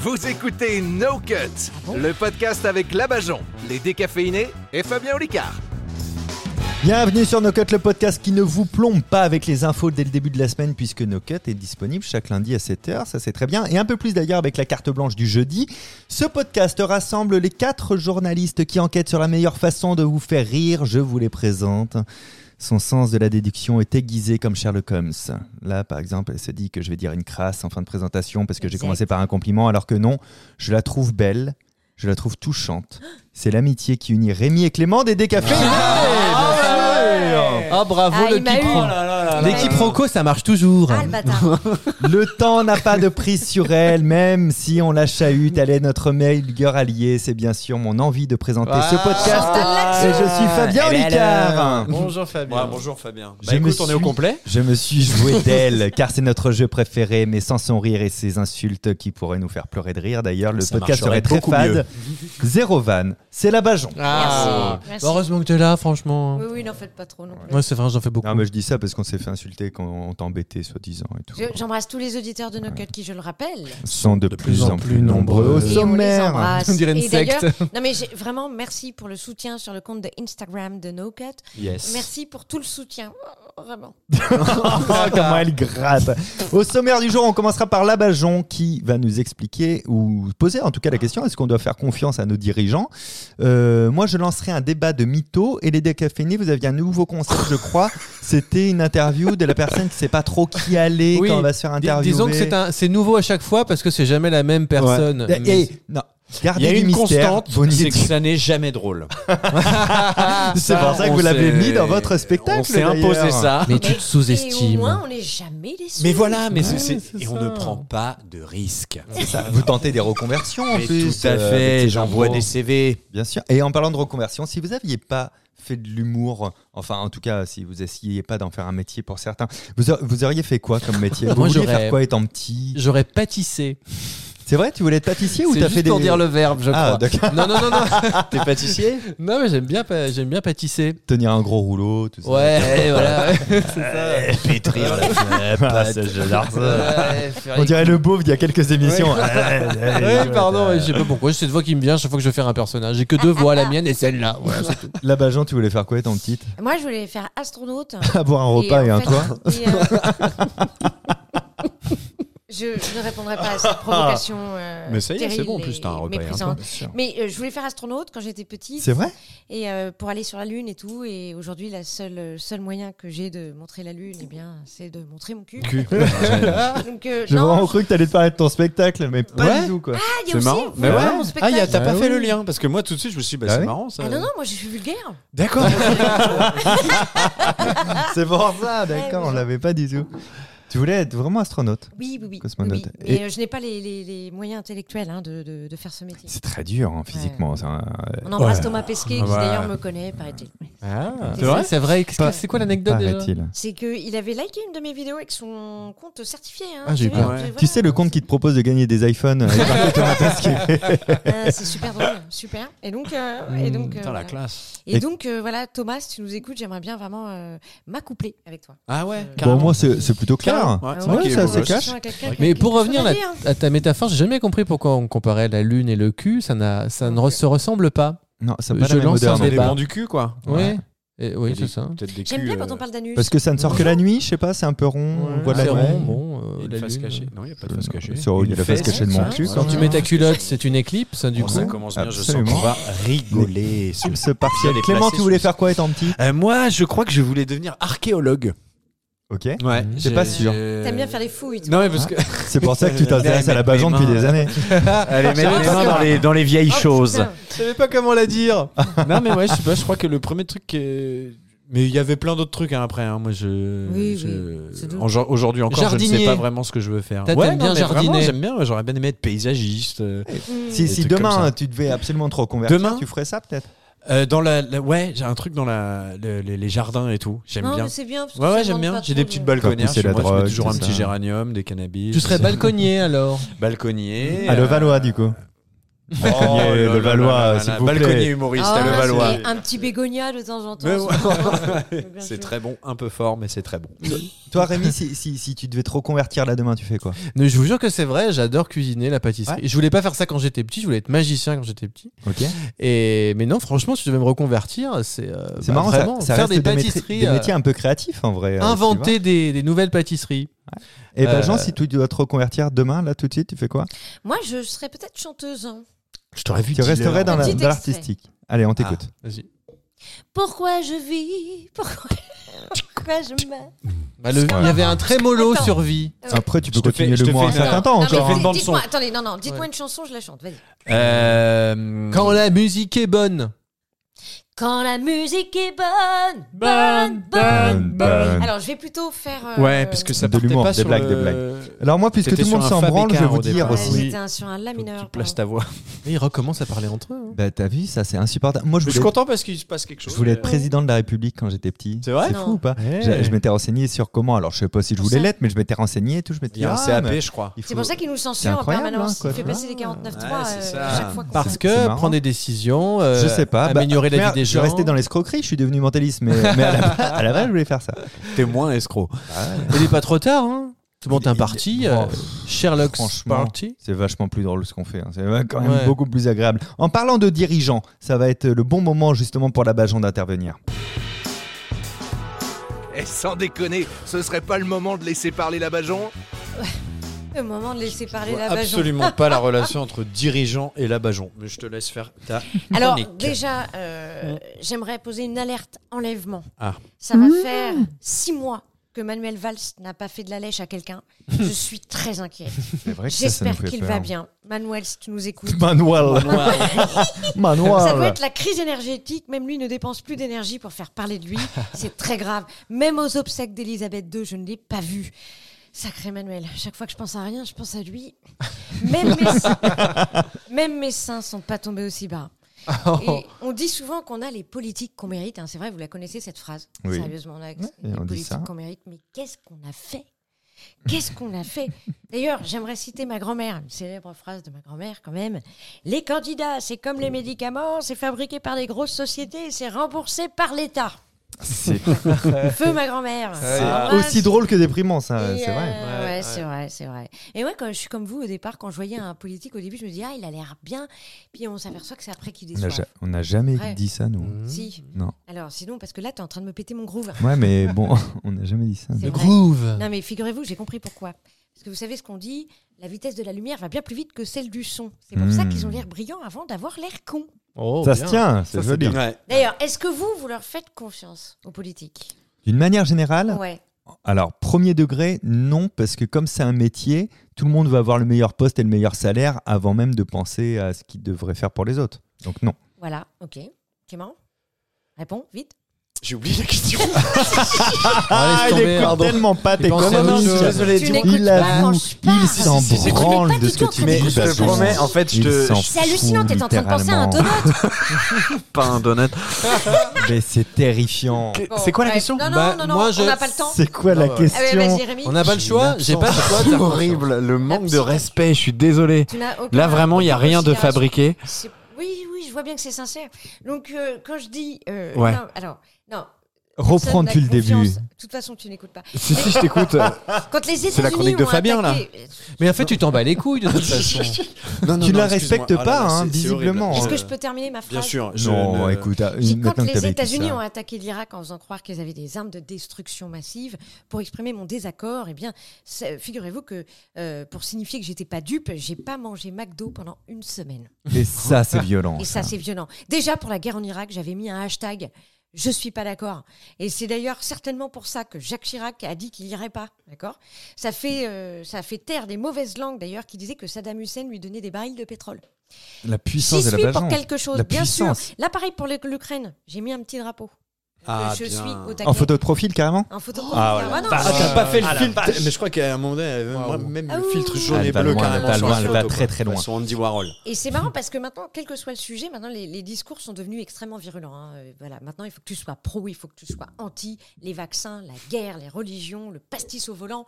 Vous écoutez No Cut, Ah le podcast avec Labajon, les décaféinés et Fabien Olicard. Bienvenue sur No Cut, le podcast qui ne vous plombe pas avec les infos dès le début de la semaine, puisque No Cut est disponible chaque lundi à 7h, ça c'est très bien, et un peu plus d'ailleurs avec la carte blanche du jeudi. Ce podcast rassemble les quatre journalistes qui enquêtent sur la meilleure façon de vous faire rire, je vous les présente. Son sens de la déduction est aiguisé comme Sherlock Holmes. Là, par exemple, elle se dit que je vais dire une crasse en fin de présentation parce que j'ai Exact. commencé par un compliment, alors que non, je la trouve belle, je la trouve touchante. C'est l'amitié qui unit Rémi et Clément des décafés. Ah bravo Ah, le il m'a eu. quiproquo. Oh Les là. quiproquos ça marche toujours. Ah, le bâtard. Le temps n'a pas de prise sur elle, même si on la chahute. Elle est notre meilleur allié. C'est bien sûr mon envie de présenter ce podcast. Et je suis Fabien Eh ben Olicard. alors. Bonjour Fabien. bonjour Fabien. Je me suis- Je me suis joué d'elle, car c'est notre jeu préféré, mais sans son rire et ses insultes qui pourraient nous faire pleurer de rire. D'ailleurs, le Ça podcast serait marcherait très beaucoup fade. Zéro vanne, c'est la Bajon. Ah. Merci, merci. Heureusement que t'es là, franchement. Oui, oui, n'en faites pas trop non plus. Moi c'est vrai, j'en fais beaucoup. Non, mais je dis ça parce qu'on s'est fait insulter quand on t'embêtait, soi-disant. Et tout. Je- J'embrasse tous les auditeurs de No Cut qui, je le rappelle. Sont de, plus, en plus nombreux au nombreux. Et on les sommaire. embrasse. On dirait une Et d'ailleurs- secte. Non, mais j'ai- vraiment, merci pour le soutien sur le compte de Instagram de No Cut. Merci pour tout le soutien. Oh, Vraiment. Oh, comment elle gratte Au sommaire du jour, on commencera par Labajon qui va nous expliquer ou poser en tout cas la question est-ce qu'on doit faire confiance à nos dirigeants Euh, Moi, je lancerai un débat de mythos et les décaféinés. Vous aviez un nouveau concept, je crois. C'était une interview de la personne qui sait pas trop qui aller Oui. quand on va se faire Dis- interviewer. disons que c'est un- c'est nouveau à chaque fois parce que c'est jamais la même personne. Eh, Mais- eh, non. Il y a Gardez du une mystère. constante, Bonne idée. c'est que ça n'est jamais drôle. C'est pour ça que on vous l'avez s'est- mis dans votre spectacle, On s'est imposé d'ailleurs. ça. ah, Mais Et au tu te moins, sous-estimes. on n'est jamais déçus. Mais voilà, mais c'est- Ouais, c'est- c'est et on ça. ne prend pas de risques. C'est ça. Vous tentez des reconversions en Mais plus. tout à euh, avec fait, ces j'envoie impros. des CV. Bien sûr. Et en parlant de reconversion, si vous n'aviez pas fait de l'humour, enfin en tout cas si vous essayez pas d'en faire un métier pour certains, vous, aur- vous auriez fait quoi comme métier Vous Moi, vouliez j'aurais- faire quoi étant petit J'aurais pâtissé. C'est vrai, tu voulais être pâtissier ou C'est t'as juste fait des... pour dire le verbe, je Ah, crois. d'accord. Non, non, non, non. T'es pâtissier Non, mais j'aime bien, pa- j'aime bien pâtisser. Tenir un gros rouleau, tout ça. Ouais, voilà. Pétrir la pâte, j'adore ça. Ouais, On dirait le beauf d'il y a quelques émissions. Ouais, pardon, ouais, je sais pas pourquoi. J'ai cette voix qui me vient chaque fois que je vais faire un personnage. J'ai que deux voix, la mienne et celle-là. Ah, Voilà, c'est tout. Là-bas, Jean, tu voulais faire quoi étant petite Moi, je voulais faire astronaute. Avoir un repas et, en un fait, toit et, euh, je, je ne répondrai pas à cette provocation. euh, Mais ça y est, c'est stérile bon, en plus, et t'as un repas et un méprisante. toit, Mais euh, je voulais faire astronaute quand j'étais petite C'est vrai et euh, pour aller sur la lune et tout. Et aujourd'hui, la seule euh, seul moyen que j'ai de montrer la lune, eh bien, c'est de montrer mon cul. Donc euh, J'ai non, vraiment cru que t'allais te parler de ton spectacle, mais pas Ouais. du tout quoi. Bah ah, il y a C'est aussi marrant. vous, Mais euh, ouais. mon Ah, y a- t'as spectacle. pas fait le lien parce que moi tout de suite je me suis dit bah, Ah c'est oui marrant ça. Ah non non, moi je suis vulgaire. D'accord. Ah, C'est pour ça, d'accord, on l'avait pas du tout. Tu voulais être vraiment astronaute Oui oui oui. Cosmonaute. oui, oui. Et- Mais euh, je n'ai pas les, les- les moyens intellectuels hein, de, de- de faire ce métier. C'est très dur hein, physiquement. c'est un- On embrasse Ouais. Thomas Pesquet qui Ah bah. Ouais. d'ailleurs me connaît, paraît-il. Ah. C'est vrai C'est vrai. Qu'est-ce que- C'est quoi l'anecdote déjà Paraît-il. C'est qu'il avait liké une de mes vidéos avec son compte certifié. hein, Ah, j'ai eu tu sais, peur. donc, euh, Tu voilà. sais le compte qui te propose de gagner des iPhones euh, avec un Thomas Pesquet. Ah, C'est super drôle, super. Et donc, euh, et donc, euh, Putain la voilà. classe. Et donc euh, voilà, Thomas, si tu nous écoutes, j'aimerais bien vraiment euh, m'accoupler avec toi. Ah ouais. Bon, carrément. moi, c'est c'est plutôt clair. Carrément. Ouais, c'est Ah vrai ouais, qu'il est ça, beau c'est gosse. clair. Question à quelqu'un Mais qui- pour qui- revenir qui- là- qui- hein. à ta métaphore, j'ai jamais compris pourquoi on comparait la lune et le cul. Ça n'a, ça ne re- se ressemble pas. Non, ça Je pas la même lance un odeur. non. Ça débat. dépend du cul quoi. Ouais. Et- oui, Il y a c'est ça. des- peut-être des J'aime culs, bien euh, quand on parle d'anus. Parce que ça ne sort que la nuit, je sais pas, c'est un peu rond. on voit de la C'est nuit. rond, bon. euh, Il y a la une face lune. cachée. Non, il n'y a pas de Euh, face non, cachée. sur- il y a la face cachée de mon cul, Quand quand tu mets ta culotte, c'est une éclipse, du Bon, coup. ça commence bien, je Absolument. sens qu'on va rigoler. ce Ce partiel. Elle est Clément, placée tu voulais sous- faire quoi étant petit Euh, moi, je crois que je voulais devenir archéologue. Ok. Ouais, C'est pas sûr. T'aimes bien faire les hein. fouilles. toi. Non, mais parce que. C'est pour ça que tu t'intéresses à la Mes Bajon depuis mains. des années. Allez, mets les mains dans les, dans les vieilles Oh, choses. putain. Je savais pas comment la dire. non, mais ouais, je sais pas, je crois que le premier truc. euh, Mais il y avait plein d'autres trucs hein, après. hein, Moi, je. Oui, je- oui, c'est doux. en- Aujourd'hui encore, je ne Jardinier. sais pas vraiment ce que je veux faire. Toi, t'aimes bien mais vraiment, jardiner. J'aime bien, ouais, j'aurais bien aimé être paysagiste. euh, Mm. Si, Des si trucs comme demain ça. tu devais absolument te reconvertir, Demain tu ferais ça peut-être euh, dans la, la- Ouais, j'ai un truc dans la, le- les, les jardins et tout. J'aime Non, bien. mais c'est bien. parce que Ouais, ça ouais, j'aime demande pas bien. trop J'ai des de- petites balconnières. Faire pousser Chez la moi, je drogue, mets toujours tout un ça. petit géranium, des cannabis. Tu serais balconnier alors balconnier. euh, oh, À Levallois, Ah, du coup. Balconnier là là Levallois, là là s'il là, vous plaît. Balconnier humoriste Ah, à un Levallois. petit- Un petit bégonia de temps en temps. Mais ouais. c'est bien. C'est Bien très bon, un peu fort, mais c'est très bon. Toi, Rémi, si, si- si tu devais te reconvertir là demain, tu fais quoi Mais je vous jure que c'est vrai, j'adore cuisiner la pâtisserie. Je voulais pas faire ça quand j'étais petit, je voulais être magicien quand j'étais petit. Ok. Bah, Et mais non, franchement, si je devais me reconvertir, c'est euh, C'est bah, marrant, ça- vraiment ça, faire reste des métri- pâtisseries, des euh, métiers un peu créatifs en vrai. euh, tu vois. inventer des, des nouvelles pâtisseries. Et ben, Jean, euh, si tu dois te reconvertir demain, là tout de suite, tu fais quoi sûr. Moi, je serais peut-être chanteuse. hein. Je t'aurais vu. Tu resterais dans la- Petit dans extrait. l'artistique. Allez, on t'écoute. Vas-y. Pourquoi je vis Pourquoi, pourquoi je meurs Bah, le- il y avait un très mollo Attends. sur vie. Ouais. Après, tu peux Je te continuer fais- je le te mot fais Oh, un une- certain Non, temps Ah. non, encore. hein. mais une bande dites-moi- son. Attendez, non, non, dites-moi une chanson, je la chante. Vas-y. Mmh. Euh, Quand la musique est bonne. Quand la musique est bonne, bonne, bonne, hein. Bonne, bonne. Alors, je vais plutôt faire. euh, Ouais, parce que ça De partait l'humour, pas des sur blagues, le- des blagues. Alors moi, puisque tout T'étais le monde sur s'en un Fab branle, je vais Écart vous au dire départ. ouais, aussi. Oui. J'étais un- sur un la Faut que mineur. Tu places ta voix. Et ils recommencent à parler entre eux. hein. Bah t'as vu, ça c'est insupportable. Moi, je Je suis voulais, content parce qu'il se passe quelque je chose. voulais être mais- président de la République quand j'étais petit. C'est vrai C'est Non. fou ou pas Ouais. J'a- Je m'étais renseigné sur comment. Alors je sais pas si je voulais Ça. l'être, mais je m'étais renseigné et tout. Je m'étais Il dit, y a un ah, mais CAP, je crois. il C'est faut- pour ça qu'ils nous censurent en incroyable, permanence. hein, quoi, Il fait tu vois. passer les 49.3 Ouais, c'est euh, ça. chaque fois qu'on Parce s'en- C'est que marrant. prendre des décisions, euh, je sais pas. bah, améliorer je la suis- vie des je suis gens. resté dans l'escroquerie, je suis devenu mentaliste, mais, mais à, la, à la base, je voulais faire ça. Témoin escroc. Il n'est pas trop tard. Hein. Tu montes un Il- il- parti, euh, bon, Sherlock's franchement. Party. C'est vachement plus drôle ce qu'on fait. hein. C'est quand même Ouais. beaucoup plus agréable. En parlant de dirigeants, ça va être le bon moment justement pour la Bajon d'intervenir. Et sans déconner, ce serait pas le moment de laisser parler la Bajon Le moment de laisser Je parler vois la Bajon. absolument pas la relation entre dirigeant et labajon. Mais je te laisse faire ta. Alors chronique. déjà, euh, j'aimerais poser une alerte enlèvement. Ah. Ça va faire six mois que Manuel Valls n'a pas fait de la lèche à quelqu'un. Je suis très inquiète. C'est vrai que ça, ça nous J'espère fait qu'il peur. hein. va bien. Manuel, si tu nous écoutes. Manuel. Manuel. Ça doit être la crise énergétique. Même lui ne dépense plus d'énergie pour faire parler de lui. C'est très grave. Même aux obsèques d'Elisabeth II, je ne l'ai pas vu. Sacré Manuel. Chaque fois que je pense à rien, je pense à lui. Même mes seins, même mes seins sont pas tombés aussi bas. Et on dit souvent qu'on a les politiques qu'on mérite. hein. C'est vrai, vous la connaissez cette phrase. Oui. Sérieusement, on a et les on dit ça. politiques qu'on mérite. Mais qu'est-ce qu'on a fait Qu'est-ce qu'on a fait D'ailleurs, j'aimerais citer ma grand-mère, une célèbre phrase de ma grand-mère quand même. Les candidats, c'est comme les médicaments, c'est fabriqué par des grosses sociétés, et c'est remboursé par l'État. C'est Feu ma grand-mère. C'est Embrasse. Ah, aussi drôle que déprimant, ça, Et, c'est vrai. euh, Ouais, ouais, ouais. c'est vrai, c'est vrai. Et ouais, quand je suis comme vous au départ, quand je voyais un politique au début, je me dis ah il a l'air bien, puis on s'aperçoit que c'est après qu'il On n'a déçoit. ja- On n'a jamais Ouais. Mm. dit ça, nous. Si. Non. Alors sinon, parce que là, t'es en train de me péter mon groove. Ouais, mais bon, on n'a jamais dit ça. C'est Le vrai. groove. Non, mais figurez-vous, j'ai compris pourquoi. Parce que vous savez ce qu'on dit, la vitesse de la lumière va bien plus vite que celle du son. C'est pour Mm. ça qu'ils ont l'air brillants avant d'avoir l'air cons. Oh, ça bien. se tient, c'est Ça, joli. Ouais. D'ailleurs, est-ce que vous, vous leur faites confiance aux politiques D'une manière générale, Ouais. alors premier degré, non, parce que comme c'est un métier, tout le monde va avoir le meilleur poste et le meilleur salaire avant même de penser à ce qu'il devrait faire pour les autres. Donc non. Voilà, ok. Clément Réponds, vite. J'ai oublié la question. Ah, laisse tomber, pardon. tellement pas tes pensais à conneries. autre chose. désolé. Tu dis-moi. n'écoutes Il pas avoue, quand je parle. il Ah, s'en si, si, si, tu n'écoutes branle pas de du ce tout que en tu train dis. de Mais je te Bastien. promets, en fait, je Il te. s'en C'est hallucinant, fout t'es en train de penser à un littéralement. donut. Pas un donut. Mais c'est terrifiant. Bon, Ah, C'est quoi la bref. question Non, non, Bah, non, non, moi, je- on n'a pas le temps. C'est quoi Non, la ouais. question Ah ouais, vas-y, Rémi. On n'a pas le choix. J'ai pas le choix. de C'est faire confiance. horrible, le manque de psychose. respect, je suis désolé. Tu n'as aucun- Là vraiment, il n'y a rien de Ah, considération. fabriqué. C'est- Oui, oui, je vois bien que c'est sincère. Donc, euh, quand je dis. euh, Ouais. non, alors, non. Reprends personne depuis le n'a confiance. début. De toute façon, tu n'écoutes pas. Si, si, je t'écoute. Quand les États-Unis. C'est la chronique de ont Fabien, là. attaqué- Mais en fait, tu t'en bats les couilles de toute façon. Non, non, Tu non, la excuse-moi. respectes Ah là pas, là, hein, c'est- c'est horrible. visiblement. Est-ce que je peux terminer ma phrase Bien sûr. je Non, ne- écoute, ah, Qui, maintenant quand que les t'avais dit États-Unis hein. ça. hein. ont attaqué l'Irak en faisant croire qu'ils avaient des armes de destruction massive pour exprimer mon désaccord, eh bien, c'est- figurez-vous que euh, pour signifier que j'étais pas dupe, j'ai pas mangé McDo pendant une semaine. Et ça, c'est violent. Et ça, c'est violent. Déjà, pour la guerre en Irak, j'avais mis un hashtag Je suis pas d'accord. Et c'est d'ailleurs certainement pour ça que Jacques Chirac a dit qu'il n'irait pas. D'accord ça, fait, euh, ça fait taire des mauvaises langues, d'ailleurs, qui disaient que Saddam Hussein lui donnait des barils de pétrole. La J'y puissance de la suis pour Bajon. quelque chose, La bien puissance. sûr. Là, pareil pour l'U- l'Ukraine, j'ai mis un petit drapeau. Ah, je bien. suis au taquet. En photo de profil, carrément En photo. Ah, Ah, non, Ah, je- t'as pas fait le Ah, la filtre. Mais je crois qu'à un moment donné, elle avait Waouh. même Ah le oui. filtre jaune Elle et va bleu loin, carrément. elle va sur loin, la elle va photo, très, quoi. très loin. Sur Andy Warhol. Et c'est marrant parce que maintenant, quel que soit le sujet, maintenant les, les discours sont devenus extrêmement virulents. hein. Euh, Voilà, maintenant il faut que tu sois pro, il faut que tu sois anti, les vaccins, la guerre, les religions, le pastis au volant.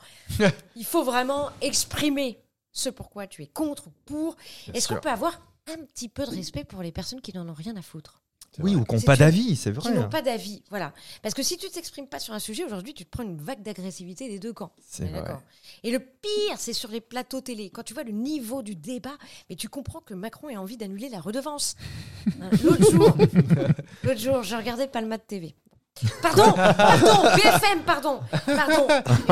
il faut vraiment exprimer ce pourquoi tu es contre ou pour. Est-ce qu'on peut avoir un petit peu de respect pour les personnes qui n'en ont rien à foutre. Oui, ou qu'on C'est pas une- d'avis, c'est Qui vrai. hein. n'ont pas d'avis, voilà. Parce que si tu ne t'exprimes pas sur un sujet, aujourd'hui, tu te prends une vague d'agressivité des deux camps. C'est Ouais, vrai. d'accord. Et le pire, c'est sur les plateaux télé. Quand tu vois le niveau du débat, mais tu comprends que Macron a envie d'annuler la redevance. Hein, L'autre jour, l'autre jour, je regardais Palma de TV. Pardon, pardon, BFM, pardon, pardon.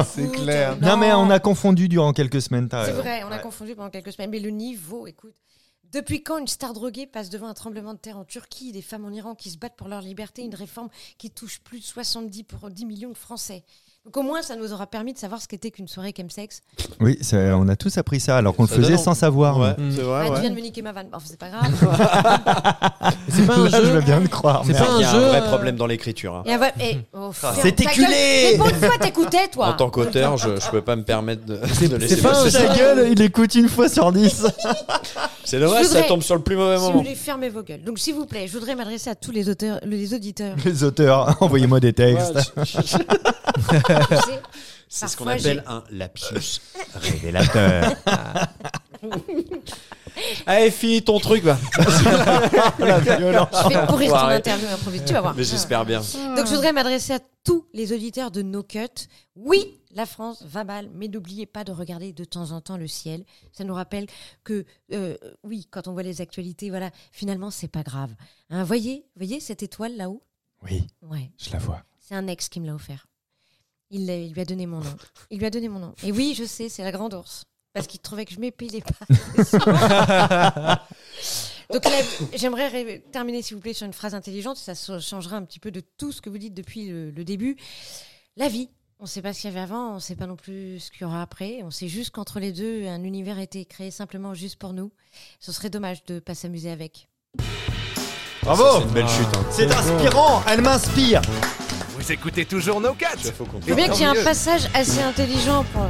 C'est Écoute, clair. Non, mais on a confondu durant quelques semaines. t'as C'est raison. vrai, on a confondu pendant quelques semaines. Mais le niveau, écoute. Depuis quand une star droguée passe devant un tremblement de terre en Turquie, des femmes en Iran qui se battent pour leur liberté, une réforme qui touche plus de 70 pour 10 millions de Français Donc au moins, ça nous aura permis de savoir ce qu'était qu'une soirée chemsex. Oui, c'est- on a tous appris ça, alors qu'on le Ça faisait donne sans savoir. Ouais, mais- Mm. c'est Ah, vrai, tu ouais. viens de me niquer ma vanne. Bon, c'est pas grave. C'est pas un Là, je jeu. veux bien le croire. C'est merde. pas un Il y a jeu, un vrai euh, problème dans l'écriture. hein. Et elle va- et- oh, ferme c'est ta gueule. éculé Mais pour une fois, t'écoutais, toi. En tant qu'auteur, je, je peux pas me permettre de, de laisser c'est pas passer un ça. Sa gueule, il écoute une fois sur dix. C'est dommage, Je voudrais- ça tombe sur le plus mauvais Si vous moment. voulez fermer vos gueules. Donc, s'il vous plaît, je voudrais m'adresser à tous les auteurs, les auditeurs. Les auteurs, envoyez-moi des textes. Tu sais, C'est ce qu'on Parfois, appelle j'ai- un lapsus. Révélateur. Allez, finis ton truc, va. je vais pourrir ton Ah, Enfoiré. interview improvisée. Tu vas voir. Mais j'espère bien. Donc, je voudrais m'adresser à tous les auditeurs de No Cut. Oui, la France va mal, mais n'oubliez pas de regarder de temps en temps le ciel. Ça nous rappelle que, euh, oui, quand on voit les actualités, voilà, finalement, c'est pas grave. Hein, voyez, voyez cette étoile là-haut Oui, Ouais. je la vois. C'est un ex qui me l'a offert. Il, l'a- il lui a donné mon nom. Il lui a donné mon nom. Et oui, je sais, c'est la grande ours. Parce qu'il trouvait que je m'épilais pas. Donc là, j'aimerais ré- terminer, s'il vous plaît, sur une phrase intelligente. Ça so- changera un petit peu de tout ce que vous dites depuis le, le début. La vie. On ne sait pas ce qu'il y avait avant, on ne sait pas non plus ce qu'il y aura après. On sait juste qu'entre les deux, un univers a été créé simplement juste pour nous. Ce serait dommage de ne pas s'amuser avec. Bravo C'est une belle chute. hein. C'est inspirant, elle m'inspire. Vous écoutez toujours No Je Cut faut qu'on- Je veux bien tant qu'il y ait un mieux. passage assez intelligent pour...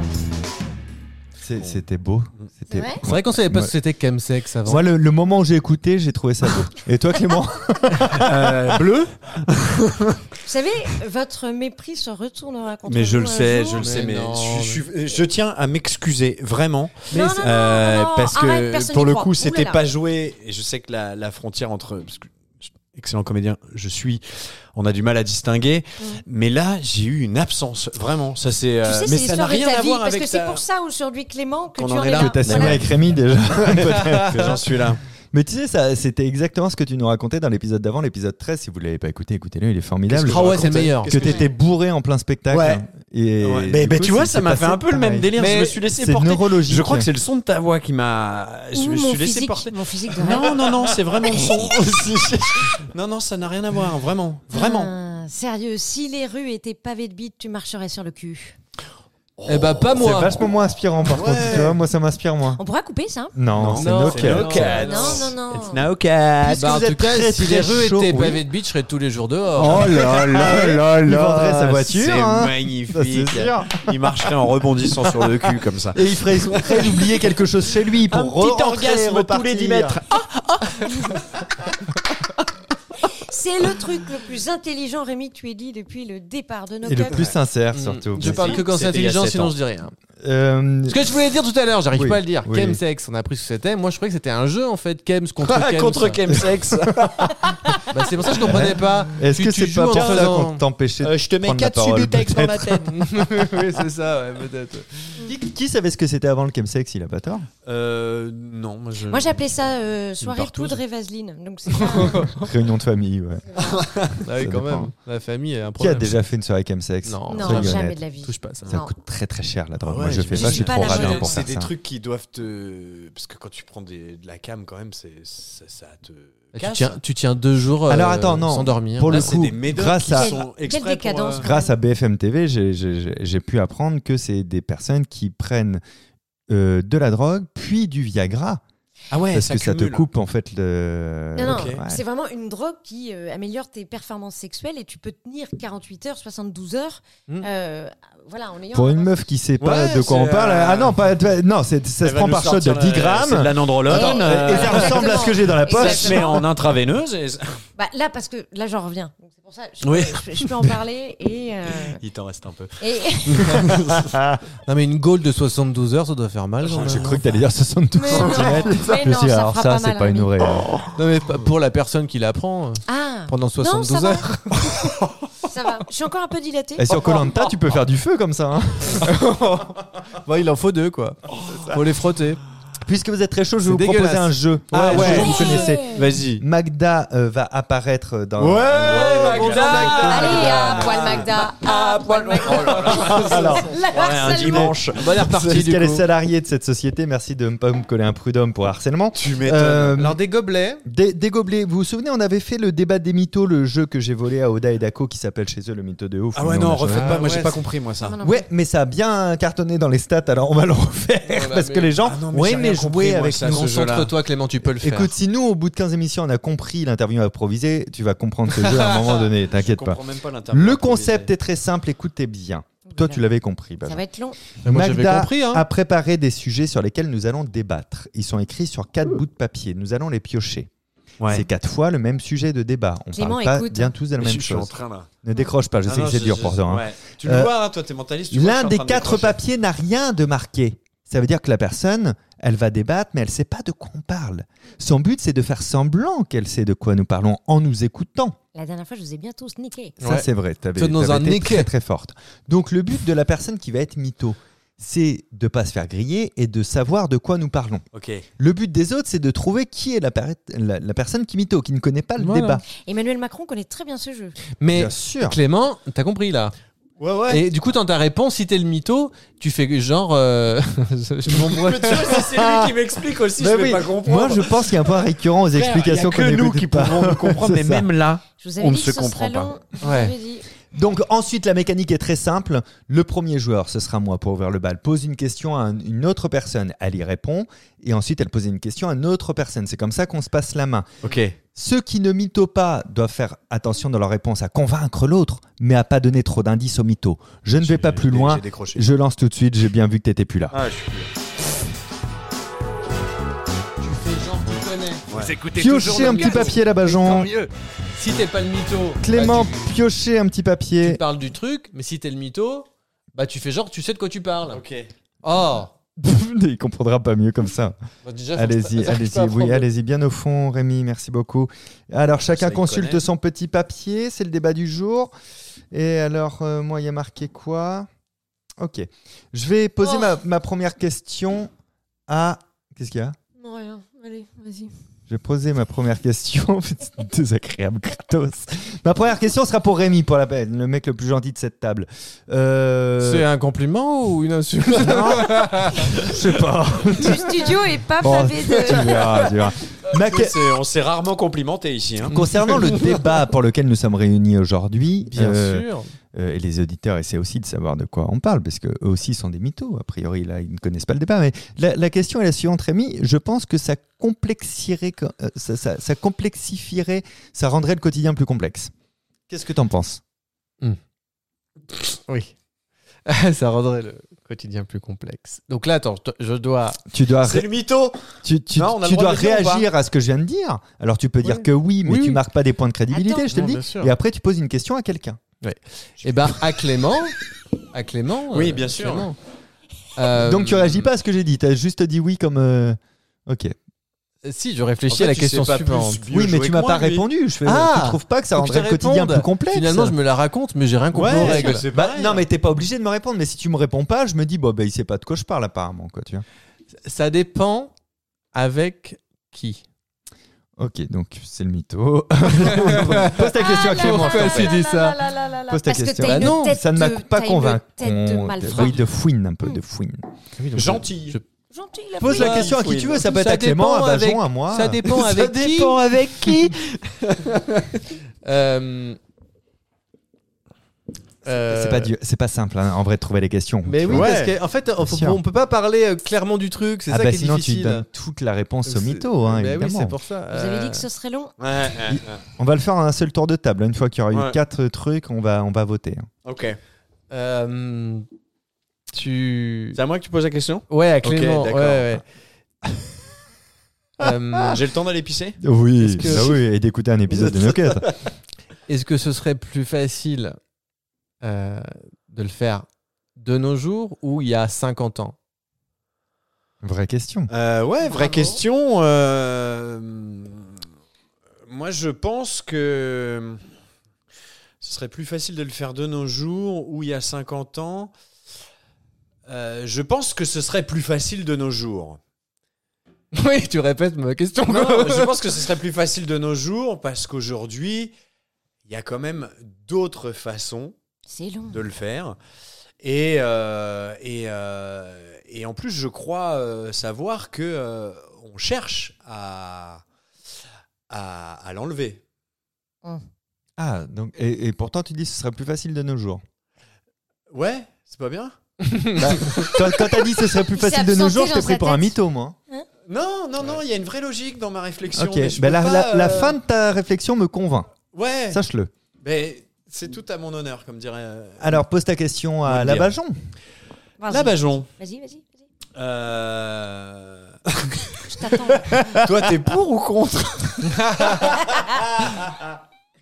C'est- C'était beau. C'était- C'est vrai C'est vrai qu'on savait pas Ouais. ce que c'était chemsex avant. Moi, le, le moment où j'ai écouté, j'ai trouvé ça beau. Et toi, Clément Euh, Bleu Vous savez, votre mépris se retournera contre Mais je vous le un sais, jour. je le sais, Mais mais non, je, je- je tiens à m'excuser vraiment Non, non, non, euh, Ah, non, non, parce que arrête, personne pour n'y le croit. coup, c'était Oulala. pas joué. Et je sais que la, la frontière entre parce que je- excellent comédien, je suis, on a du mal à distinguer. Mm. Mais là, j'ai eu une absence vraiment. Ça c'est, euh, Tu sais, mais c'est ça l'histoire n'a de rien ta à vie, voir parce avec que c'est ta- pour ça aujourd'hui, Clément, que qu'on tu en en est es là. là. Que t'as signé Voilà. avec Rémi déjà. que j'en suis là. Mais tu sais, ça, c'était exactement ce que tu nous racontais dans l'épisode d'avant, l'épisode 13. Si vous l'avez pas écouté, écoutez-le, il est formidable. Ah ouais, c'est le meilleur. que t'étais bourré en plein spectacle. hein. Ouais. Et Ouais. du Mais, mais coup, tu vois, c'est ça m'a passé fait un peu le même pareil. délire. Mais je me suis laissé C'est porter. neurologique. Je crois que c'est le son de ta voix qui m'a. Je Ou me mon suis laissé physique, porter. Mon physique de rêve. Non, non, non, c'est vraiment le son. non, non, ça n'a rien à voir, vraiment, vraiment. Ah, sérieux, si les rues étaient pavées de bites, tu marcherais sur le cul. Eh bah, pas C'est moi. vachement moins inspirant par Ouais. contre. Tu vois, moi, ça m'inspire moins. On pourra couper ça hein. Non, Non, c'est Non, no c'est cut. no cut. Non, non, non. It's now cat. Puisque Bah, en vous êtes tout cas, très, si très les rues chaud, étaient oui. pavées de beach, je serais tous les jours dehors. Oh là Ah là là Il vendrait sa voiture. C'est hein. Ça, c'est magnifique. sûr. Il marcherait en rebondissant sur le cul comme ça. Et il ferait exprès d'oublier quelque chose chez lui pour Un petit re-rentrer, orgasme tous les repartir. 10 mètres. C'est le truc le plus intelligent, Rémi, tu es dit depuis le départ de nos Et le clubs. plus sincère Mm. surtout. Je parle que quand c'est C'était il y a intelligent, sept sinon ans. je dis rien. Euh, Ce que je voulais dire tout à l'heure, j'arrive Oui, pas à le dire. oui. Chemsex, on a appris ce que c'était. Moi, je croyais que c'était un jeu en fait. Chems contre Ah, Chems. Contre Chemsex. Bah, c'est pour ça que je comprenais pas. Est-ce Tu- que tu c'est pas joues pour en ça faisant- qu'on t'empêchait de Euh, Je te mets Prendre la 4 parole, subutex dans la tête. oui, c'est ça, ouais, peut-être. Qui, qui savait ce que c'était avant le chemsex Il a pas tort. Euh, non, moi je. Moi, j'appelais ça euh, soirée partouze. poudre et vaseline. Donc, c'est pas- Réunion de famille, ouais. Ah oui, Ça dépend. quand même. La famille Qui a un a problème. déjà fait une soirée chemsex Non, Non, Soyons jamais honnêtes. de la vie. Touche pas à ça. Ça Non. coûte très très cher la drogue. Ouais, Moi je je fais suis pas, je suis pas trop la radin meilleure. pour C'est faire des ça. trucs qui doivent te. Parce que quand tu prends des- de la cam, quand même, c'est- ça, ça te. Tu casse. tiens, tu tiens deux jours euh, Bah, Alors, attends, non. sans dormir. Pour Là, le c'est coup, des médocs grâce qui à- sont Quelle- exprès quelle pour, euh, décadence. Grâce à BFM TV, j'ai- j'ai j'ai- j'ai pu apprendre que c'est des personnes qui prennent euh, de la drogue puis du Viagra Ah ouais, parce que ça te cumule. coupe en fait le. Non, non, Ok. Ouais. c'est vraiment une drogue qui euh, améliore tes performances sexuelles et tu peux tenir 48 heures, 72 heures. Mm. euh, voilà, en ayant. Hmm. Pour un une bon- meuf qui sait pas Ouais, de quoi on c'est, parle, euh, ah non, pas, non, c'est- ça Elle se va prend nous par shot de sortir la- 10 C'est de grammes l'anandrolone. Attends, et euh, ça ressemble à ce que j'ai dans la ça poche. se met en intraveineuse. Et... Bah, là, parce que là, j'en reviens. Donc, C'est pour ça je, Oui. je- je peux en parler. Et, euh, Il t'en reste un peu. et- Non, mais une gaule de 72 heures, ça doit faire mal. quand même. J'ai cru que t'allais dire 72 Mais non, centimètres. mais Je me non, suis dit, ça alors fera ça, pas c'est mal, pas une Rémi. oreille. Non, mais pas- pour la personne qui l'apprend euh, Ah pendant ça 72 va. heures. Ça va. Je suis encore un peu dilatée. Oh, Et sur Colanta, tu peux faire du feu comme ça. hein. Bah, il en faut deux, quoi. Faut les frotter. Puisque vous êtes très chaud, je vais vous C'est proposer dégueulasse. un jeu. Ah Un ouais. jeu que Ouais. vous connaissez. Vas-y. Magda euh, va apparaître dans. Ouais, bonjour, Magda. Allez, à poil Magda. À Ah, poil Magda. Oh Alors, La un harcèlement. dimanche. Bonne parce repartie, du qu'elle est coup. salariée de cette société, merci de ne pas me coller un prud'homme pour harcèlement. Tu m'étonnes. Euh, Alors, des gobelets. Des, des gobelets, vous vous souvenez, on avait fait le débat des mythos, le jeu que j'ai volé à Oda et Dako qui s'appelle chez eux le mytho de ouf. Ah ouais, Nous, on non, a refaites Ah pas. Moi, ouais, j'ai pas c'est- compris, moi, ça. Non, non, Ouais, mais ça a bien cartonné dans les stats, alors on va le refaire Voilà, parce mais- que les gens. Ah non, mais oui, j'ai mais rien compris, jouer moi, avec ça, nous. ce jeu-là. Concentre-toi, Clément, tu peux le faire. Écoute, si nous, au bout de 15 émissions, on a compris l'interview improvisée, tu vas comprendre ce jeu à un moment donné, t'inquiète pas. même pas l'interview. Le concept est très simple, écoutez bien. Toi, tu l'avais compris. Benjamin. Ça va être long. Mais moi, j'avais Magda compris, hein. a préparé des sujets sur lesquels nous allons débattre. Ils sont écrits sur quatre bouts de papier. Nous allons les piocher. Ouais. C'est quatre fois le même sujet de débat. On Clément, parle pas écoute. bien tous de la Mais même je suis en chose. train là. Ah Ne décroche pas, je sais que c'est dur pour toi. hein. Ouais. Tu Euh, le vois, hein, toi, t'es mentaliste. tu vois que L'un je des suis en train de quatre décrocher. papiers n'a rien de marqué. Ça veut dire que la personne, elle va débattre, mais elle sait pas de quoi on parle. Son but, c'est de faire semblant qu'elle sait de quoi nous parlons en nous écoutant. La dernière fois, je vous ai bien tous niqué. Ça, Ouais. c'est vrai. Tu avais, Toi, dans un été équerre. très, très forte. Donc, le but de la personne qui va être mytho, c'est de pas se faire griller et de savoir de quoi nous parlons. Ok. Le but des autres, c'est de trouver qui est la, per- la- la personne qui mytho, qui ne connaît pas le Voilà. débat. Emmanuel Macron connaît très bien ce jeu. Mais Bien sûr. Clément, t'as compris là. Ouais, ouais. Et du coup, dans ta réponse, si t'es le mytho, tu fais genre. euh, je m'embrouille. Mais tu vois, si c'est lui qui m'explique aussi, Bah je vais oui. pas comprendre. Moi, je pense qu'il y a un point récurrent aux Frère, explications il y a qu'on que nous n'écoute qui pas. pouvons le comprendre, C'est mais ça. même là, Je vous avais On dit ne que ce se serait comprend long. Je vous Ouais. avais dit. Donc ensuite, la mécanique est très simple. Le premier joueur, ce sera moi pour ouvrir le bal, pose une question à un- une autre personne, elle y répond, et ensuite elle pose une question à une autre personne. C'est comme ça qu'on se passe la main. Ok. Ceux qui ne mytho pas doivent faire attention dans leur réponse à convaincre l'autre, mais à pas donner trop d'indices au mytho. Je ne vais pas plus loin. J'ai décroché. Je lance tout de suite, j'ai bien vu que t'étais plus là. Ah, je suis plus Tu fais genre, tu connais. Vous écoutez toujours Piochez un le petit podcast, papier là-bas, Tant Jean. mieux. Si t'es pas le mytho. bah, Clément, tu- piochez un petit tu, papier. parles du truc, mais si t'es le mytho, bah tu fais genre, tu sais de quoi tu parles. Ok. Oh Il comprendra pas mieux comme ça. Bah, déjà, faut que je- Allez-y, ça, je peux allez-y, apprendre. oui, allez-y, bien au fond, Rémi, merci beaucoup. Alors, chacun Ça, il consulte connaît. son petit papier, c'est le débat du jour. Et alors, euh, moi, il y a marqué quoi Ok. Je vais poser Oh. ma, ma première question à. Qu'est-ce qu'il y a Non, rien. Allez, vas-y. Je vais poser ma première question. C'est Désagréable, gratos. Ma première question sera pour Rémi, pour la peine, le mec le plus gentil de cette table. Euh, C'est un compliment ou une insulte Je sais pas. Le studio est pas Bon, pavé tu de. verras, tu verras. Ma que- C'est- On s'est rarement complimenté ici. Hein. Concernant le débat pour lequel nous sommes réunis aujourd'hui, Bien euh, sûr. euh, et les auditeurs essaient aussi de savoir de quoi on parle, parce qu'eux aussi sont des mythos, a priori, là, ils ne connaissent pas le débat. Mais la, la question est la suivante, Rémi, je pense que ça, complexierait, que- euh, ça, ça- ça complexifierait, ça rendrait le quotidien plus complexe. Qu'est-ce que t'en penses Oui. ça rendrait le quotidien plus complexe. Donc là, attends, je dois- je dois. Tu dois, C'est ré- le mytho. tu, tu- Non, on a tu le droit dois de le dire ou pas réagir à ce que je viens de dire. Alors tu peux dire que oui, mais Oui, tu oui. marques pas des points de crédibilité, Attends. je te Non, le bien dis. sûr. Et après, tu poses une question à quelqu'un. Eh ben, à Clément. À Clément. Oui, euh, bien sûr. Clément. Euh, Donc tu réagis pas à ce que j'ai dit, tu as juste dit oui comme... euh, Ok. Euh, Si, je réfléchis En fait, à la tu question sais pas plus suivante. mieux Oui, mais jouer tu que m'as moi, pas lui. répondu. Je fais, Ah, tu trouves pas que ça faut que je rendrait le te quotidien réponde. plus complexe Finalement, je me la raconte, mais j'ai rien compris Ouais, aux parce règles. que c'est Bah, pareil, non, hein. mais t'es pas obligé de me répondre. Mais si tu me réponds pas, je me dis, bon, bah, il sait pas de quoi je parle, apparemment. Quoi, tu vois. Ça dépend avec qui. Ok, donc c'est le mytho. Pose ta question à Ah là Clément. je t'en là Pourquoi là prie. tu dis là ça là là là là. Pose ta Parce que question. t'as Bah une non, tête Ça ne m'a de- pas t'as une convaincu. tête de On- malfrat. Oui, de fouine, un peu, Mm. de fouine. Gentil. Je- Gentil, la Pose fouine. la question à qui fouine. tu veux. Ça peut être Ça à Clément, dépend à Bajon, avec- à moi. Ça dépend Ça avec qui. dépend avec qui. C'est pas, du- c'est pas simple, hein, en vrai, de trouver les questions. Euh, Mais tu oui, vois. parce qu'en fait, on, Bien sûr. on peut pas parler euh, clairement du truc. C'est Ah, ça bah, qui est sinon, tu difficile. donnes toute la réponse au C'est- mytho, hein, Bah oui, évidemment. c'est pour ça. Euh, Vous avez dit que ce serait long. Ouais, ouais, ouais. On va le faire en un seul tour de table. Une fois qu'il y aura eu Ouais. quatre trucs, on va, on va voter. hein. Ok. Euh, tu. C'est à moi que tu poses la question Ouais, à Clément. ouais, d'accord. ouais. Euh, J'ai le temps d'aller pisser Oui, que- bah oui, et d'écouter un épisode de Noquette. Est-ce que ce serait plus facile euh, de le faire de nos jours ou il y a 50 ans Vraie question. Euh, ouais, vraie Bravo. question. euh, moi, je pense que ce serait plus facile de le faire de nos jours ou il y a 50 ans. Euh, je pense que ce serait plus facile de nos jours. Oui, tu répètes ma question. Non, quoi. je pense que ce serait plus facile de nos jours parce qu'aujourd'hui, il y a quand même d'autres façons C'est long. de le faire. Et, euh, et, euh, et en plus, je crois euh, savoir que euh, on cherche à, à, à l'enlever. Ah, donc, et, et pourtant, tu dis que ce serait plus facile de nos jours. Ouais, c'est pas bien Quand, quand t'as dit que ce serait plus Il s'est facile de nos absenté jours, je t'ai dans pris sa pour un tête. mytho, moi. Non, non, non, il y a une vraie logique dans ma réflexion. Ok, mais je bah, peux la, pas, la- la euh, fin de ta réflexion me convainc, Ouais, sache-le. mais c'est tout à mon honneur, comme dirait. euh, Alors, pose ta question Faut à le Labajon. euh, Vas-y, bah- Labajon. vas-y, vas-y. vas-y. Euh... Je t'attends. Toi, t'es pour ou contre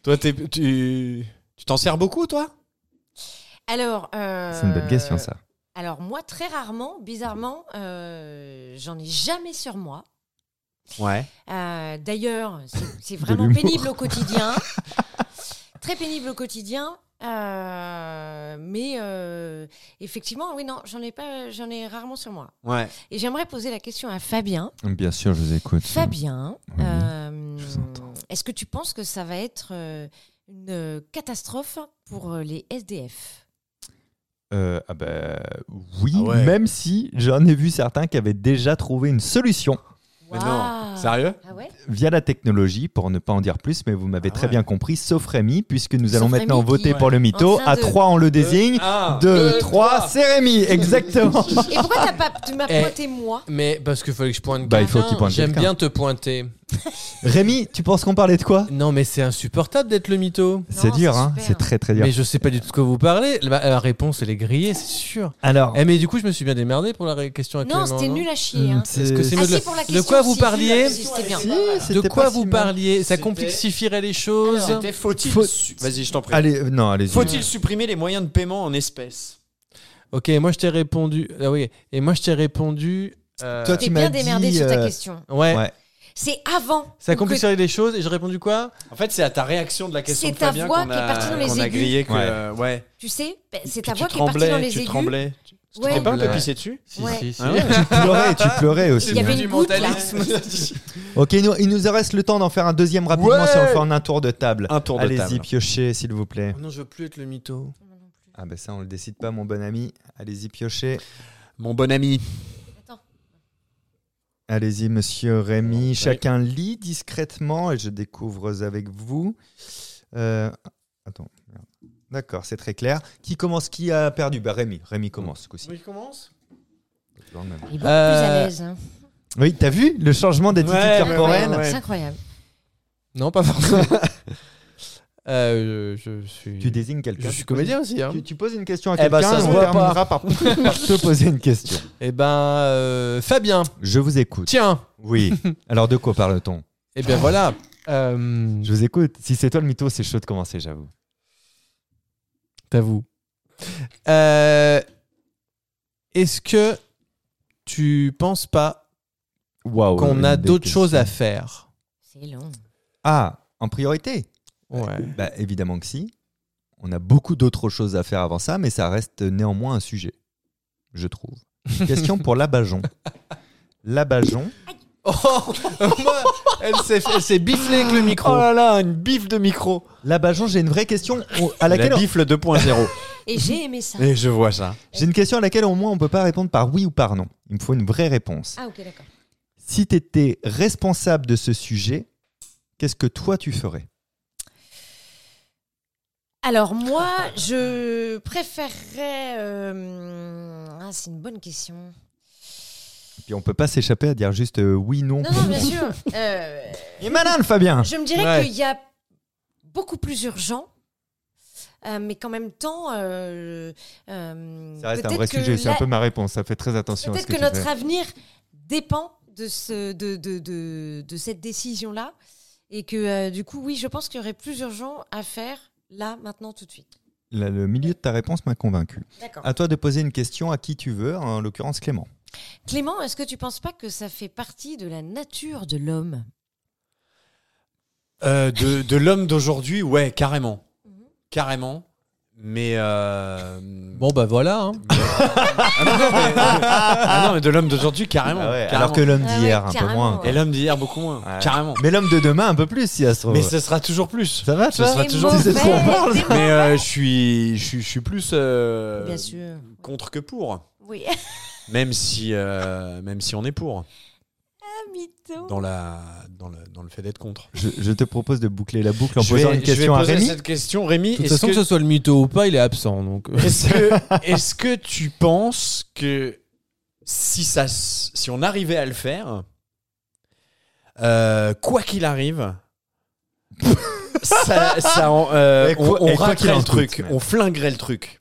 Toi, t'es- tu tu t'en sers beaucoup, toi Alors. euh, C'est une bonne question, ça. Alors, moi, très rarement, bizarrement, euh, j'en ai jamais sur moi. Ouais. Euh, D'ailleurs, c'est- c'est De vraiment l'humour. pénible au quotidien. Très pénible au quotidien. Euh, mais euh, effectivement, oui, non, j'en ai pas, j'en ai rarement sur moi. Ouais. Et j'aimerais poser la question à Fabien. Bien sûr, je vous écoute. Fabien, Oui, euh, je vous entends. est-ce que tu penses que ça va être euh, une catastrophe pour euh, les SDF Euh, ah bah, oui, Ah ouais. même si j'en ai vu certains qui avaient déjà trouvé une solution Mais Waouh. non, sérieux Ah ouais via la technologie, pour ne pas en dire plus, mais vous m'avez Ah très ouais. bien compris, sauf Rémi, puisque nous allons Sauf maintenant Rémi voter qui- pour le mytho. Entre un, À deux. 3, on le désigne. ah. Euh, 2, 3, c'est Rémi, exactement. Et pourquoi t'as pas, tu m'as Eh. pointé moi Mais parce qu'il fallait que je pointe Bah, il faut quelqu'un. que tu pointes J'aime quelqu'un. bien te pointer. Rémi, tu penses qu'on parlait de quoi Non, mais c'est insupportable d'être le mytho. C'est dur, hein, super. c'est très très dur. Mais je sais pas du tout de quoi vous parlez. La, la réponse, elle est grillée, c'est sûr. Alors, Eh, mais du coup, je me suis bien démerdé pour la ré- question à Non, Clément, c'était nul à chier. hum, hein. Est-ce que c'est Ah, mieux de, si, la- pour la de question, quoi vous si, parliez si, c'était bien. De C'était quoi pas vous si mal. parliez Ça C'était- complexifierait les choses. Alors, C'était faut-il. Faut- su- Vas-y, je t'en prie. Allez, euh, non, allez-y. Faut-il supprimer les moyens de paiement en espèces ok, moi je t'ai répondu. Ah oui. Et moi je t'ai répondu. euh, Toi, Ah, T'es Tu m'as bien démerdé dit, sur ta euh, question. Ouais. Ouais. C'est avant. Ça que- complexifierait les choses. Et j'ai répondu quoi En fait, c'est à ta réaction de la question C'est de ta Fabien voix qu'on qui est partie dans a, les qu'on a aigus. grillé. Que, Ouais. euh, ouais. Tu sais, bah, c'est ta Puis voix tu qui est partie dans tremblais, les Tu aigus. tremblais. Tu Ouais. t'es pas un peu Ouais. pissé dessus Si, Ouais. si, si. Hein Tu pleurais, tu pleurais aussi. Il y avait hein. une goutte là. Ok, il nous, il nous reste le temps d'en faire un deuxième rapidement Ouais. si on fait en un tour de table. Un tour de Allez-y, table. piochez, s'il vous plaît. Oh non, je veux plus être le mytho. Ah ben ça, on le décide pas, mon bon ami. Allez-y, piochez. Mon bon ami. Allez-y, monsieur Rémi. Euh, Ouais. Chacun lit discrètement et je découvre avec vous. Euh, Attends. merde. D'accord, c'est très clair. Qui commence Qui a perdu bah, Rémi. Rémi commence, ce coup-ci. Il commence Il est beaucoup plus à Euh, l'aise. hein. Oui, t'as vu le changement d'attitude Ouais, ouais, corporelle ouais, ouais. C'est incroyable. Non, pas forcément. Euh, je, je suis. Tu désignes quelqu'un. Je suis comédien aussi. Hein. Tu, tu poses une question à Eh ben, quelqu'un ça et se on voit terminera par, par te poser une question. Eh ben, euh, Fabien. Je vous écoute. Tiens. Oui. Alors de quoi parle-t-on Eh bien voilà. Euh, Je vous écoute. Si c'est toi le mytho, c'est chaud de commencer, j'avoue. T'avoues. Euh, Est-ce que tu penses pas Waouh. qu'on a une des d'autres choses à questions. faire C'est long. Ah, en priorité Ouais. Bah, évidemment que si. On a beaucoup d'autres choses à faire avant ça, mais ça reste néanmoins un sujet, je trouve. Question pour Labajon. Labajon. Oh, moi, elle s'est fait- elle s'est biflée avec le micro. Oh là là, une biffe de micro. Labajon, j'ai une vraie question au- à laquelle La bifle 2.0. Et j'ai aimé ça. Et Eh, je vois ça. j'ai une question à laquelle au moins on peut pas répondre par oui ou par non. Il me faut une vraie réponse. Ah, ok, d'accord. Si tu étais responsable de ce sujet, qu'est-ce que toi tu ferais Alors moi, je préférerais... euh, Ah, c'est une bonne question. Et Puis on peut pas s'échapper à dire juste euh, oui non. Non, non, bien sûr. Euh, Il est malin le Fabien. je me dirais Ouais. qu'il y a beaucoup plus urgent. euh, mais qu'en même temps, euh, euh, Ça reste un peut-être vrai que sujet. C'est un la- peu ma réponse. Ça fait très attention. à Peut-être ce que, que tu notre fais. avenir dépend de, ce, de, de, de, de cette décision-là. Et que euh, du coup, oui, je pense qu'il y aurait plus urgent à faire là, maintenant, tout de suite. Ah. Là, le milieu de ta réponse m'a convaincu. D'accord. À toi de poser une question à qui tu veux, en l'occurrence Clément. Clément, est-ce que tu penses pas que ça fait partie de la nature de l'homme Euh, de de l'homme d'aujourd'hui, ouais, carrément. Mhm. Carrément. Mais. euh, Bon, bah voilà. hein. Ah non, mais, ah non, mais de l'homme d'aujourd'hui, carrément. carrément. alors que l'homme Ah ouais, d'hier, un peu carrément, moins. ouais. Et l'homme d'hier, beaucoup moins. Ouais. Carrément. Mais l'homme de demain, un peu plus, si ça se trouve. Mais ce sera toujours plus. ça va, Ce toi sera T'es toujours mauvais, C'est trop fort, là. t'es mauvais. Mais euh, je suis, je suis, je suis plus euh, Bien sûr. contre que pour. Oui. Même si, euh, même si on est pour Ah, mytho. dans la, dans le, dans le fait d'être contre. je, je te propose de boucler la boucle en je vais, posant une je vais question à poser Rémi. cette question, Rémi. De toute Est-ce façon, que... que, ce soit le mytho ou pas, il est absent. Donc, euh, est-ce que, est-ce que tu penses que si ça, s- si on arrivait à le faire, euh, quoi qu'il arrive, ça, ça en- euh, Et on, quoi- on et quoi raterait qu'il en le coûte, truc, même. on flinguerait le truc.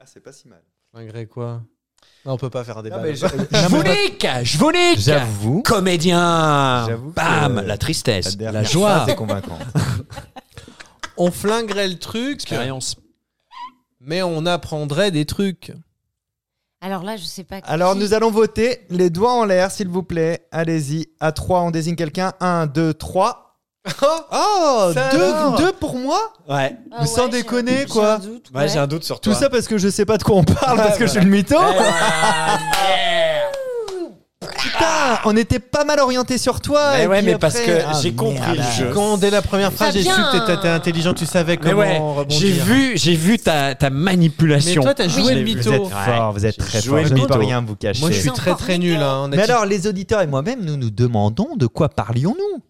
Ah, c'est pas si mal. malgré quoi Ah, Non, on peut pas faire un débat. là. Je vous nique, je vous nique. J'avoue. comédien J'avoue que- Bam La tristesse, la, dernière joie, phrase est convaincante. On flinguerait le truc, l'expérience. mais on apprendrait des trucs. Alors là, je sais pas. Alors qui- nous allons voter. Les doigts en l'air, s'il vous plaît. Allez-y. À 3, on désigne quelqu'un. 1, 2, 3. Oh Ça deux, alors deux pour moi Ouais. Ah mais sans j'ai un- déconner, j'ai quoi. un doute, Ouais, ouais. J'ai un doute sur Tout toi. ça parce que je sais pas de quoi on parle, parce que je suis le mytho. Putain, on était pas mal orienté sur toi. Mais et ouais, puis mais après- parce que Ah, j'ai compris merde. le jeu. Quand dès la première phrase, j'ai su bien. que t'étais intelligent, tu savais Mais comment ouais, rebondir. j'ai vu, j'ai vu ta, ta Mais manipulation. toi, t'as Je joué l'ai le vu. Vous mytho. êtes fort, vous êtes J'ai très fort. joué le Je ne peux mytho. rien vous cacher. Moi, je suis C'est très encore très meilleur. nul. hein, en Mais attitude. alors, les auditeurs et moi-même, nous nous demandons de quoi parlions-nous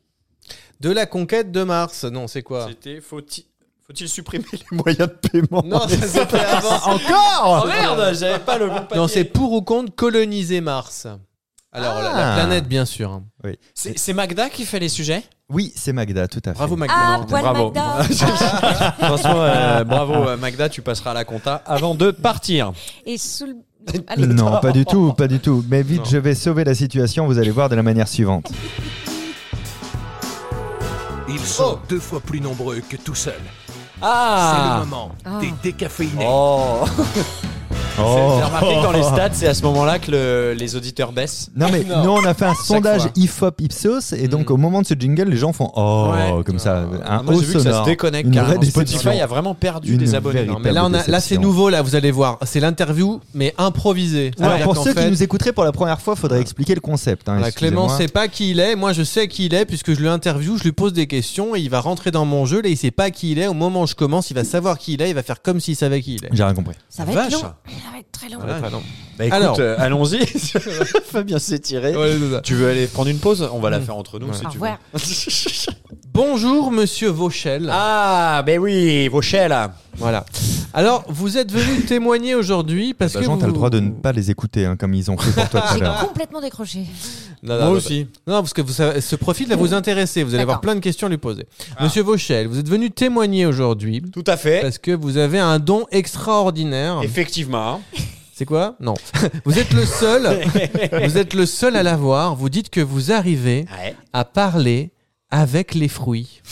De la conquête de Mars. Non, c'est quoi C'était faut-il faut-il supprimer les Moyen de paiement. Non, ça, c'était avant. Encore Oh merde, j'avais pas le bon papier. Non, c'est pour ou contre coloniser Mars. Alors, la, la Ah. planète, bien sûr. hein. c'est c'est Magda qui fait les sujets. Oui, c'est Magda, tout à fait. Bravo, Magda. Ah, poil Bravo. Magda. Ah, Franchement, euh, bravo euh, Magda, tu passeras à la compta avant de partir. Et sous le. Allez. Non, pas du tout, pas du tout. Mais vite, Non. je vais sauver la situation, vous allez voir de la manière suivante. Ils sont deux fois plus nombreux que tout seul. C'est le Oh. Ah. moment Ah. des décaféinés. Oh. Oh. J'ai remarqué que dans les stats, c'est à ce moment-là que le- les auditeurs baissent. Non mais Non. nous on a fait un sondage fois. Ifop Ipsos et donc Mm. au moment de ce jingle les gens font oh Ouais. comme ça un Ah, moi, haut j'ai vu que ça sonore. se déconnecte Une carrément. vraie déception. Spotify a vraiment perdu Une des abonnés. véritable Non, mais là, on a- là, c'est déception. nouveau, là, vous allez voir. C'est l'interview, mais improvisée. Alors C'est-à-dire pour qu'en ceux fait, qui nous écouteraient pour la première fois, faudrait expliquer le concept. Hein, voilà, Clément excusez-moi. sait pas qui il est. Moi, je sais qui il est puisque je le interview, je lui pose des questions et il va rentrer dans mon jeu. Là, il sait pas qui il est. Au moment où je commence, il va savoir qui il est. Il va faire comme s'il savait qui il est. Ah, J'ai rien compris. Ça va Vache. être long. Ça va être très long. Ah, Voilà. Bah écoute, Alors. euh, allons-y. Fabien s'est tiré. Ouais, c'est ça. Tu veux aller prendre une pause On va la Mm. faire entre nous Ouais. si Au tu revoir. veux. Bonjour, monsieur Vauchel. ah, ben oui, Vauchel. Voilà. Alors, vous êtes venu témoigner aujourd'hui parce Bah, que. Jean, vous... t'as le droit de ne pas les écouter hein, comme ils ont fait pour toi tout à J'ai l'heure. complètement décroché. Non, non, non, bah, Non, parce que vous savez- ce profil là vous intéresser. Vous allez avoir D'accord. plein de questions à lui poser. Monsieur Vauchel, vous êtes venu témoigner aujourd'hui Tout à fait. parce que vous avez un don extraordinaire. Effectivement. C'est quoi Non. vous êtes le seul. vous êtes le seul à l'avoir. Vous dites que vous arrivez Ouais. à parler avec les fruits.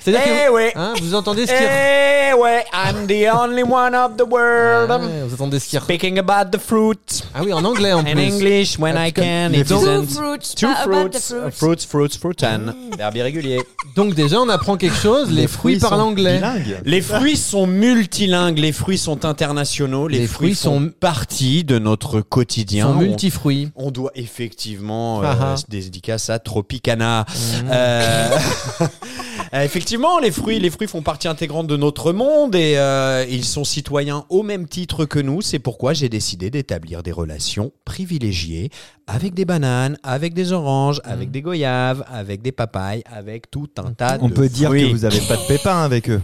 C'est-à-dire Eh que ouais. hein, vous entendez ce qui Eh ouais, I'm the only one of the world. Ouais, vous entendez ce qui Speaking about the fruit Ah oui, en anglais en in plus. English when Ah, I tu can. connais- it Two Two isn't- fruits. Two pas about the fruits, fruits. uh, fruits, fruits, fruitan. Verbe irrégulier. Donc déjà, on apprend quelque chose. Les, fruits, sont parlent anglais. bilingues. Les fruits sont multilingues, les fruits sont internationaux, les, Les fruits, fruits sont sont- partie de notre Ils quotidien. sont On- multifruits. On doit effectivement euh, Ah ah. se dédier à ça, Tropicana. Euh, euh, effectivement, les fruits, les fruits font partie intégrante de notre monde et euh, ils sont citoyens au même titre que nous. C'est pourquoi j'ai décidé d'établir des relations privilégiées avec des bananes, avec des oranges, avec des goyaves, avec des papayes, avec tout un tas On de peut dire fruits. que vous avez pas de pépins avec eux.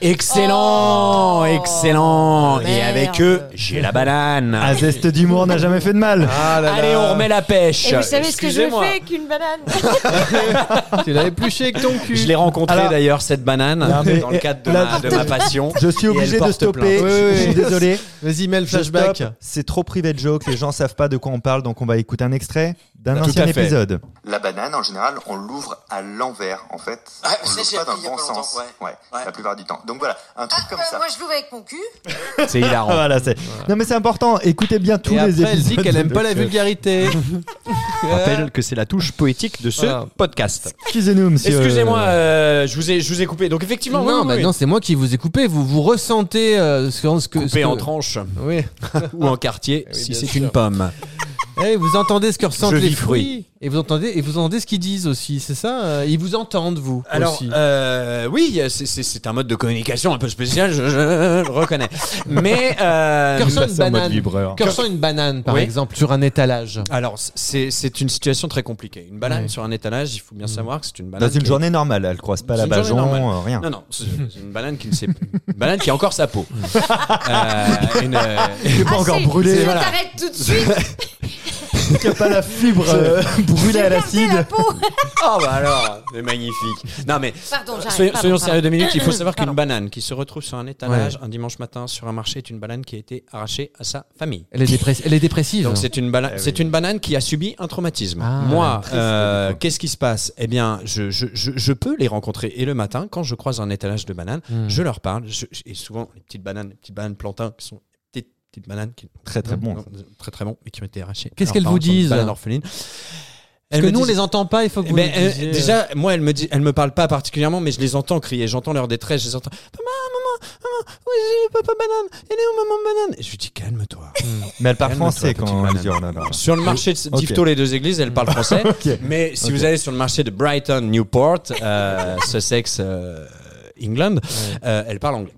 Excellent, Oh, excellent. Et merde. avec eux, j'ai la banane. Un Ah, zeste d'humour n'a jamais fait de mal. Ah. Ah, Allez, on remet la pêche. Et vous savez ce que je Excusez-moi. fais avec une banane Tu l'as épluché avec ton cul. Je l'ai rencontré Alors- d'ailleurs, cette banane, Non, mais- dans le cadre de, là, ma, de ma passion. Je suis Et obligé elle de porte stopper. plainte. Je suis désolé. Vas-y, mets le Je flashback. stoppe. C'est trop privé de joke, les gens savent pas de quoi on parle, donc on va écouter un extrait d'un Tout ancien à fait. épisode. La banane, en général, on l'ouvre à l'envers, en fait. Ah, on ça, l'ouvre j'ai pas dans le appris il y a bon pas longtemps, sens. ouais. Ouais. la plupart du temps. Donc voilà, un truc comme Euh, ça. moi, je l'ouvre avec mon cul. C'est Ah, hilarant. voilà, c'est- Non mais c'est important, écoutez bien tous Et les après, elle épisodes. dit qu'elle aime pas la de- vulgarité. Je rappelle que c'est la touche poétique de ce Voilà. podcast. Excusez-nous monsieur. Excusez-moi, euh, je, vous ai, je vous ai coupé. Donc effectivement, oui, Non, oui, bah oui. non, c'est moi qui vous ai coupé. Vous vous ressentez euh, ce que- ce que. ce coupé que- en tranches Oui. ou en quartier oui, si bien c'est sûr. une pomme. Eh, vous entendez ce que ressentent Je les vis fruit. fruits. Et vous entendez et vous entendez ce qu'ils disent aussi, c'est ça euh, Ils vous entendent vous Alors aussi. euh, oui, c'est- c'est c'est un mode de communication un peu spécial, je, je le reconnais. Mais euh, Curson Passer une en mode banane. vibreur. Curson une banane par Oui. exemple sur un étalage. alors c'est c'est une situation très compliquée. Une banane Ouais. sur un étalage, il faut bien savoir que c'est une banane Mm. Dans une qui- journée normale, elle croise pas euh, Dans la une journée bajon, normale. euh, rien. Non non, c'est c'est une banane qui ne sait, une banane qui a encore sa peau. Euh, une, euh, T'es Mm. pas Ah, encore si, brûlé, Je voilà. t'arrête tout de suite. T'as pas la fibre euh, brûlée à Regardez la l'acide. peau. oh bah alors, c'est magnifique. Non mais Pardon, j'arrête. pardon, Soyons, soyons pardon. sérieux deux minutes. Il faut savoir qu'une Pardon. banane qui se retrouve sur un étalage un dimanche matin sur un marché est une banane qui a été arrachée à sa famille. Elle est, dépres- elle est dépressive. Donc c'est une banane, c'est une banane qui a subi un traumatisme. Eh Ah, Moi, triste, euh, qu'est-ce qui se passe Eh bien, je, je, je, je peux les rencontrer et le matin, quand je croise un étalage de bananes, Hmm. je leur parle. Je- et souvent les petites bananes, les petites bananes plantains qui sont petites, petites bananes qui Très très bon. non, très très bon, mais qui ont été arrachées. Qu'est-ce Alors, qu'elles par vous exemple, sur une disent banane orpheline. Parce Elles que me nous on disent- les entend pas, il faut que eh vous ben, nous euh, disiez, euh, déjà, moi, elle me dit, elle me parle pas particulièrement, mais je les entends crier, j'entends leur détresse, je les entends. Maman, maman, maman, où est le papa banane Elle est où maman banane Et je lui dis calme-toi. Mais elle parle Calme-toi, français petite quand elle banane. dit oh là là. sur le marché de Ok. Tifto, les deux églises, elle parle français. Ok. Mais si Ok. vous allez sur le marché de Brighton, Newport, euh, Sussex, euh, England, euh, elle parle anglais.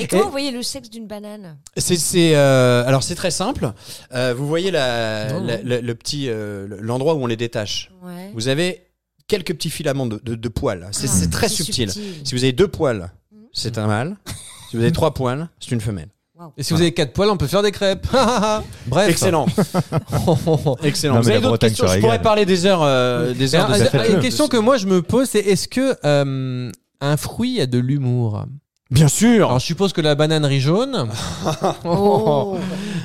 Et comment vous voyez le sexe d'une banane C'est, c'est, euh, alors c'est très simple. Euh, vous voyez la, Non. la- la- le petit, euh, l'endroit où on les détache. Ouais. Vous avez quelques petits filaments de, de- de poils. C'est, Ah, c'est très subtil. Si vous avez deux poils, c'est un mâle. Si vous avez trois poils, c'est une femelle. Et si vous avez quatre poils, on peut faire des crêpes. Bref. Excellent, excellent. Non, vous mais la avez d'autres Bretagne questions se Je régale. pourrais parler des heures, euh, des heures. Alors, de- des affaires euh, une de- question que moi je me pose, c'est est-ce que euh, un fruit a de l'humour Bien Ah, sûr. Alors je suppose que la bananerie jaune. Oh.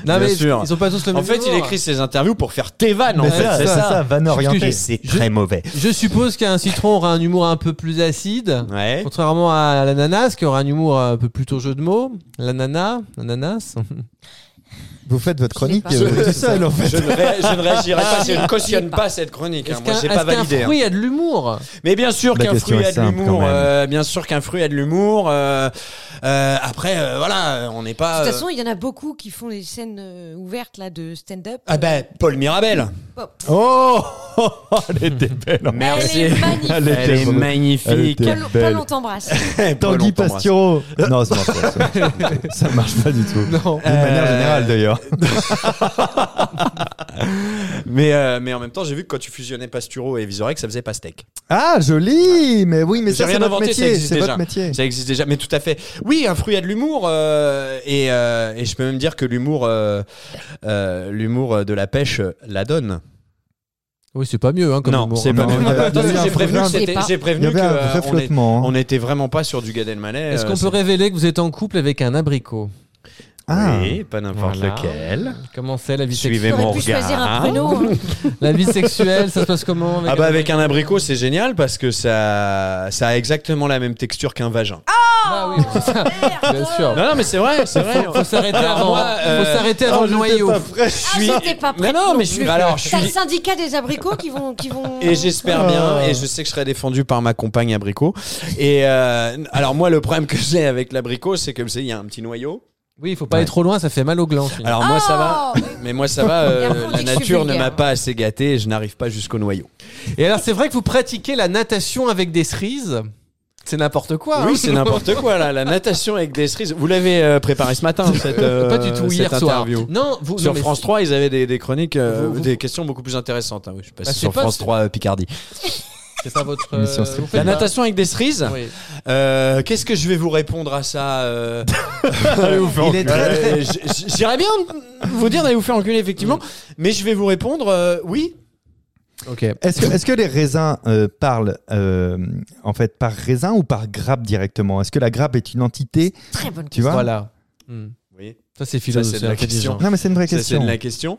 Non, Bien mais sûr. ils ont pas tous le en même fait, il humour. écrit ses interviews pour faire tes vannes. en Mais fait, ça, c'est ça, ça. ça, van orienté. Excusez, je- mauvais. Je suppose qu'un citron aura un humour un peu plus acide. Ouais. Contrairement à l'ananas qui aura un humour un peu plutôt jeu de mots. L'ananas, l'ananas. Vous faites votre chronique Je- euh, tout seul en Je fait. ne, ré- je ne réagirai pas, Ah, je ne cautionne pas cette chronique. hein. Est-ce Moi, qu'un j'ai pas est-ce qu'un validé. hein. fruit a de l'humour Mais bien sûr La qu'un question fruit est a de simple, l'humour. quand même. euh, bien sûr qu'un fruit a de l'humour. euh, euh, après, euh, voilà, on n'est De pas. toute euh, façon, il y en a beaucoup qui font des scènes euh, ouvertes là de stand-up. Ah ben, Paul Mirabel. Oh Elle était belle. hein. Merci. Elle est magnifique. Elle était Elle est bonne. magnifique. Elle était- Paul, belle. Paul, on t'embrasse. Tanguy Paul, on t'embrasse. Pastiro. Non, ça marche pas. ça. Ça marche pas du tout. Non. D'une manière Euh, générale d'ailleurs. Mais, euh, mais en même temps, j'ai vu que quand tu fusionnais Pasturo et Visorek, ça faisait pastèque. Ah joli, mais oui, mais J'ai ça c'est rien votre inventé, ça métier, existe c'est votre déjà. métier. Ça existe déjà, mais tout à fait. Oui, un fruit a de l'humour, euh, et, euh, et je peux même dire que l'humour, euh, euh, l'humour de la pêche euh, la donne. Oui, c'est pas mieux hein, comme non, humour. c'est pas. Non, il y a- Attends, il y a un j'ai prévenu vrai- que c'était- j'ai Il y prévenu que avait un euh, vrai on, est- flottement. hein. on était vraiment pas sur du Gad Elmaleh. Est-ce euh, qu'on c'est- peut révéler que vous êtes en couple avec un abricot Ah. Oui, pas n'importe Voilà. lequel. Comment c'est la vie Suivez sexuelle mon T'aurais pu choisir un regard. prénom. hein. La vie sexuelle, ça se passe comment Ah bah avec un abricot, c'est génial parce que ça, ça a exactement la même texture qu'un vagin. Ah. Ah Bah oui, c'est ça. Bien sûr. Non, non, mais c'est vrai, c'est vrai. Faut s'arrêter avant. hein. moi, euh, Faut s'arrêter avant le noyau. Ah, j'étais pas Non, prête non, non mais je suis. plus. Alors, je T'as le suis. syndicat des abricots qui vont. Qui vont... Et j'espère bien, Ah. et je sais que je serai défendu par ma compagne abricot. Et euh, alors moi, le problème que j'ai avec l'abricot, c'est que vous savez, il y a un petit noyau. Oui, il faut pas aller trop loin, ça fait mal aux glands. sinon. Alors moi, ça va, Oh, mais moi ça va. euh, Et après, on dit la que je suis nature ne vulgaire. m'a pas assez gâté, et je n'arrive pas jusqu'au noyau. Et alors, c'est vrai que vous pratiquez la natation avec des cerises. C'est n'importe quoi. hein. Oui, c'est n'importe quoi là. La natation avec des cerises. Vous l'avez euh, préparé ce matin cette Euh, euh, Pas du tout cette hier soir. interview. Non, vous, non, Sur mais France c'est- 3, ils avaient des, des chroniques, euh, Vous- vous- des questions beaucoup plus intéressantes. hein. Oui, je suis passé Bah, c'est sur pas- France 3 euh, Picardie. C'est pas votre. Émission euh, strip. vous faites La pas- natation avec des cerises. Oui. Euh, Qu'est-ce que je vais vous répondre à ça euh, Il est très, très- j- j- J'irais bien vous dire d'aller vous faire enculer effectivement, mais je vais vous répondre euh, oui. Ok. Est-ce que, est-ce que les raisins euh, parlent euh, en fait par raisin ou par grappe directement Est-ce que la grappe est une entité Très bonne Tu vois Voilà. Hmm. Oui. Ça, c'est philosophe. Ça, c'est de la intelligent. Non, mais c'est une vraie Ça, C'est question. de la question.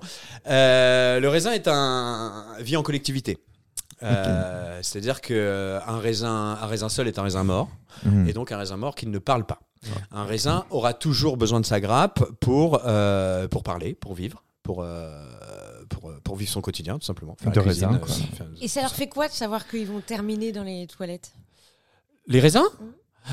Euh, le raisin est un vit en collectivité. Euh, C'est-à-dire que un raisin, un raisin seul est un raisin mort, Mhm. et donc un raisin mort qui ne parle pas. Un raisin aura toujours besoin de sa grappe pour euh, pour parler, pour vivre, pour euh, pour, euh, pour vivre son quotidien tout simplement. Faire De la cuisine, raisin, quoi. euh, faire- Et ça leur fait quoi de savoir qu'ils vont terminer dans les toilettes Les raisins Mhm.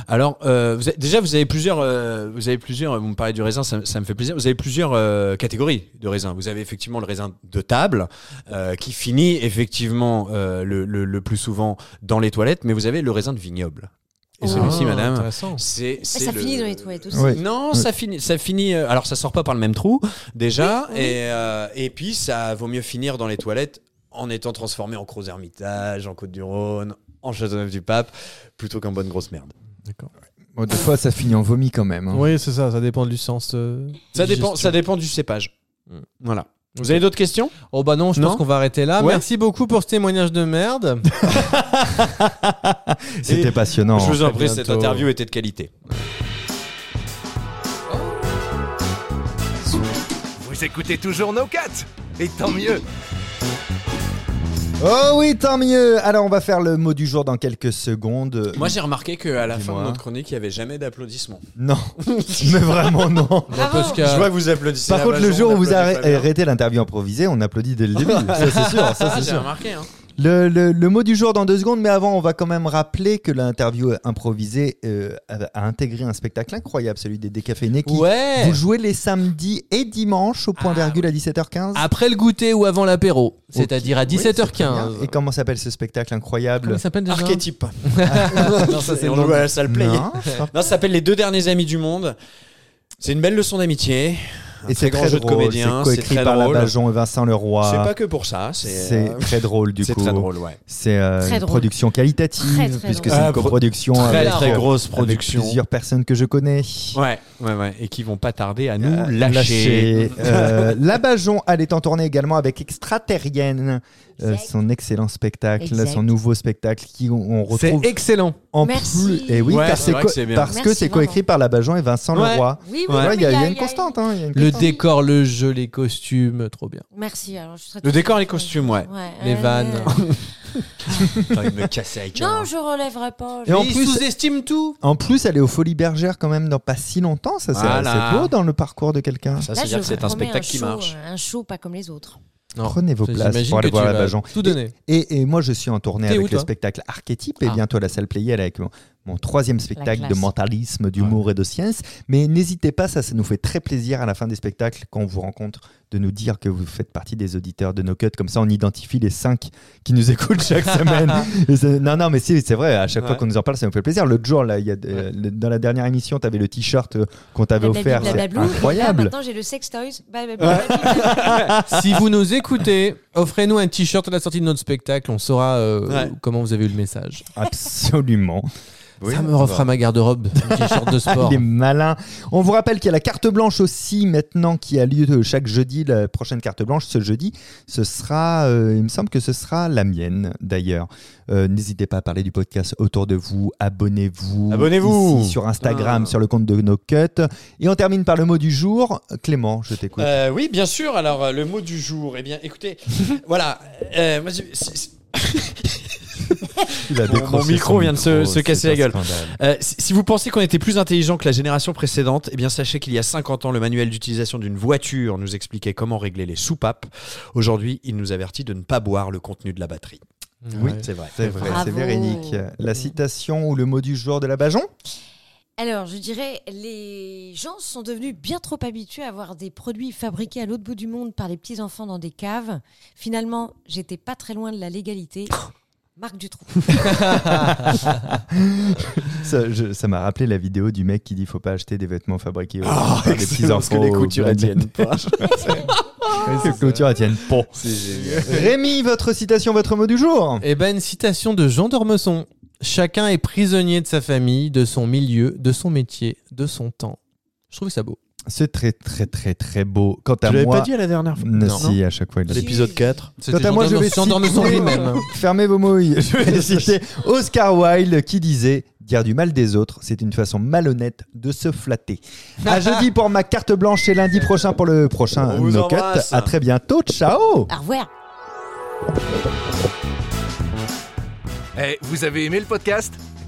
alors, euh, vous avez- déjà, vous avez plusieurs, euh, vous avez plusieurs. Vous me parlez du raisin, ça, ça me fait plaisir. Vous avez plusieurs euh, catégories de raisins. Vous avez effectivement le raisin de table euh, qui finit effectivement euh, le, le- le plus souvent dans les toilettes, mais vous avez le raisin de vignoble. Et Oh. celui-ci, madame, Ah, Intéressant. c'est Ah, c'est Ça le- finit dans les toilettes aussi. Ouais. non, ça finit, ça finit. euh, alors, ça sort pas par le même trou déjà, Oui, oui. et euh, et puis ça vaut mieux finir dans les toilettes en étant transformé en gros ermitage, en Côte du Rhône, en Châteauneuf du Pape, plutôt qu'en bonne grosse merde. D'accord. Bon, des fois, ça finit en vomi quand même. hein. Oui, c'est ça. Ça dépend du sens. euh, Ça de dépend, gestion. ça dépend du cépage. Mm. Voilà. Vous avez d'autres questions Oh bah non, je Non pense qu'on va arrêter là. Ouais. Merci beaucoup pour ce témoignage de merde. C'était Et- passionnant. Je vous en à prie, cette bientôt. interview était de qualité. Vous écoutez toujours No Cut Et tant mieux Oh oui, tant mieux. Alors, on va faire le mot du jour dans quelques secondes. Moi, j'ai remarqué qu'à la fin Dis-moi. de notre chronique, il n'y avait jamais d'applaudissements. Non, mais vraiment non. Bravo. Parce que- Je vois que vous applaudissez. Par la contre, le Bajon, jour où on vous applaudit arrêtez eh, Fabien. arrêtez l'interview improvisée, on applaudit dès le début. ça, c'est sûr. Ça, Ah, c'est j'ai sûr. remarqué. hein. Le, le- le mot du jour dans deux secondes, mais avant, on va quand même rappeler que l'interview improvisée euh, a, a intégré un spectacle incroyable, celui des décaféinés qui Ouais. vous jouez les samedis et dimanches au point Ah, virgule à 17h15. Après le goûter ou avant l'apéro, c'est-à-dire à Oui, c'est très 17h15. bien. Et comment s'appelle ce spectacle Comment incroyable il s'appelle déjà Archétype. Non, ça, c'est Et on le nom. joue à la salle play. Non. Non, ça s'appelle Les deux derniers amis du monde. C'est une belle leçon d'amitié. Un Et c'est très grand très jeu de drôle. comédien. C'est C'est coécrit très par drôle. C'est Labajon et Vincent Leroy. pas que pour ça. C'est C'est euh, très drôle du c'est coup. très drôle, ouais. C'est euh, Très une drôle. production qualitative Très, très puisque drôle. c'est Ah, une pro- coproduction Très avec, très euh, grosse avec production. plusieurs personnes que je connais. Ouais, ouais, ouais. Et qui vont pas tarder à nous Euh, lâcher. lâcher. Euh, Labajon allait en tournée également avec Extraterrienne, euh, Exact. son excellent spectacle, Exact. son nouveau spectacle qui on- on C'est retrouve excellent. en Merci. plus. Et oui, Ouais, car c'est c'est vrai co- que c'est bien. parce que Merci, c'est coécrit par Labajon et Vincent Ouais. Leroy. Oui, oui, Tu vois, oui, Il y a mais eu une constante. hein, il y a une Le constante. décor, le jeu, les costumes, trop bien. Merci. Alors, je serai Le toute décor et les seule. costumes, ouais. Ouais, euh, Les vannes. Putain, il me cassait avec un- Non, je relèverai pas. Et en il plus- sous-estime tout. En plus, elle est aux Folies Bergères quand même dans pas si longtemps. Ça, c'est- Voilà. c'est beau dans le parcours de quelqu'un. Là, je Ça, c'est-à-dire que c'est vous un promets spectacle qui show, euh. marche. Un show pas comme les autres. Prenez vos Ça, places j'imagine pour aller que tu voir vas Labajon. Tout donner. Et, et moi, je suis en tournée T'es où, avec le toi spectacle Archétype et Ah. bientôt la salle Playel avec mon, mon troisième spectacle de classe. mentalisme, d'humour et de science. Mais n'hésitez pas, ça, ça nous fait très plaisir à la fin des spectacles quand on vous rencontre de nous dire que vous faites partie des auditeurs de No Cut. Comme ça, on identifie les cinq qui nous écoutent chaque semaine. Et c'est- non, non, mais si, c'est vrai, à chaque fois Ouais. qu'on nous en parle, ça nous fait plaisir. L'autre jour, là, il y a, euh, le- dans la dernière émission, tu avais le t-shirt euh, qu'on t'avait offert. Blablabla, C'est blablabla, blou. Là, incroyable. Maintenant, j'ai le sex toys. Bah, Blablabla, blablabla. Ah, si vous nous écoutez, offrez-nous un t-shirt à la sortie de notre spectacle. On saura euh, Ouais. comment vous avez eu le message. Absolument. ça me refera ma garde-robe. Un t-shirt de sport. Il est malin. On vous rappelle qu'il y a la carte blanche aussi maintenant qui a lieu euh, chaque jeudi. La prochaine carte blanche, ce jeudi, ce sera, euh, il me semble que ce sera la mienne d'ailleurs. Euh, N'hésitez pas à parler du podcast autour de vous. Abonnez-vous. Abonnez-vous. Ah. ici sur Instagram, sur le compte de No Cut. Et on termine par le mot du jour. Clément, je t'écoute. Euh, oui, bien sûr. Alors, euh, le mot du jour, eh bien, écoutez, voilà. euh, moi, je- c'est- c'est- Il va mon- décrocher mon son micro vient de se- se c'est casser la un gueule. scandale. euh, si si vous pensez qu'on était plus intelligent que la génération précédente, eh bien, sachez qu'il y a 50 ans, le manuel d'utilisation d'une voiture nous expliquait comment régler les soupapes. Aujourd'hui, il nous avertit de ne pas boire le contenu de la batterie. Oui. C'est vrai. C'est vrai, Bravo. c'est Véronique. La citation ou le mot du jour de la Bajon Alors, je dirais, les gens sont devenus bien trop habitués à voir des produits fabriqués à l'autre bout du monde par les petits enfants dans des caves. Finalement, j'étais pas très loin de la légalité. Marc Dutroux. Ça je- ça m'a rappelé la vidéo du mec qui dit faut pas acheter des vêtements fabriqués Ah, par des petits excellent, parce que enfants. les aux coutures, elles Black tiennent pas. Bloc. Les coutures, elles tiennent pas. C'est génial. Rémi, votre citation, votre mot du jour. Eh ben, une citation de Jean d'Ormesson. Chacun est prisonnier de sa famille, de son milieu, de son métier, de son temps. Je trouve ça beau. C'est très très très très beau. Quant à Je l'avais moi, pas dit à la dernière fois. ne- Non. si à chaque fois il l'a dit. L'épisode 4. Quant à moi, je vais Jean d'Ormesson citer- lui-même. Fermez vos mouilles. Je vais citer Oscar Wilde qui disait Dire du mal des autres, c'est une façon malhonnête de se flatter. À jeudi pour ma carte blanche et lundi prochain pour le prochain On vous No Cut. embrasse. À très bientôt. Ciao. Au revoir. Eh, vous avez aimé le podcast Eh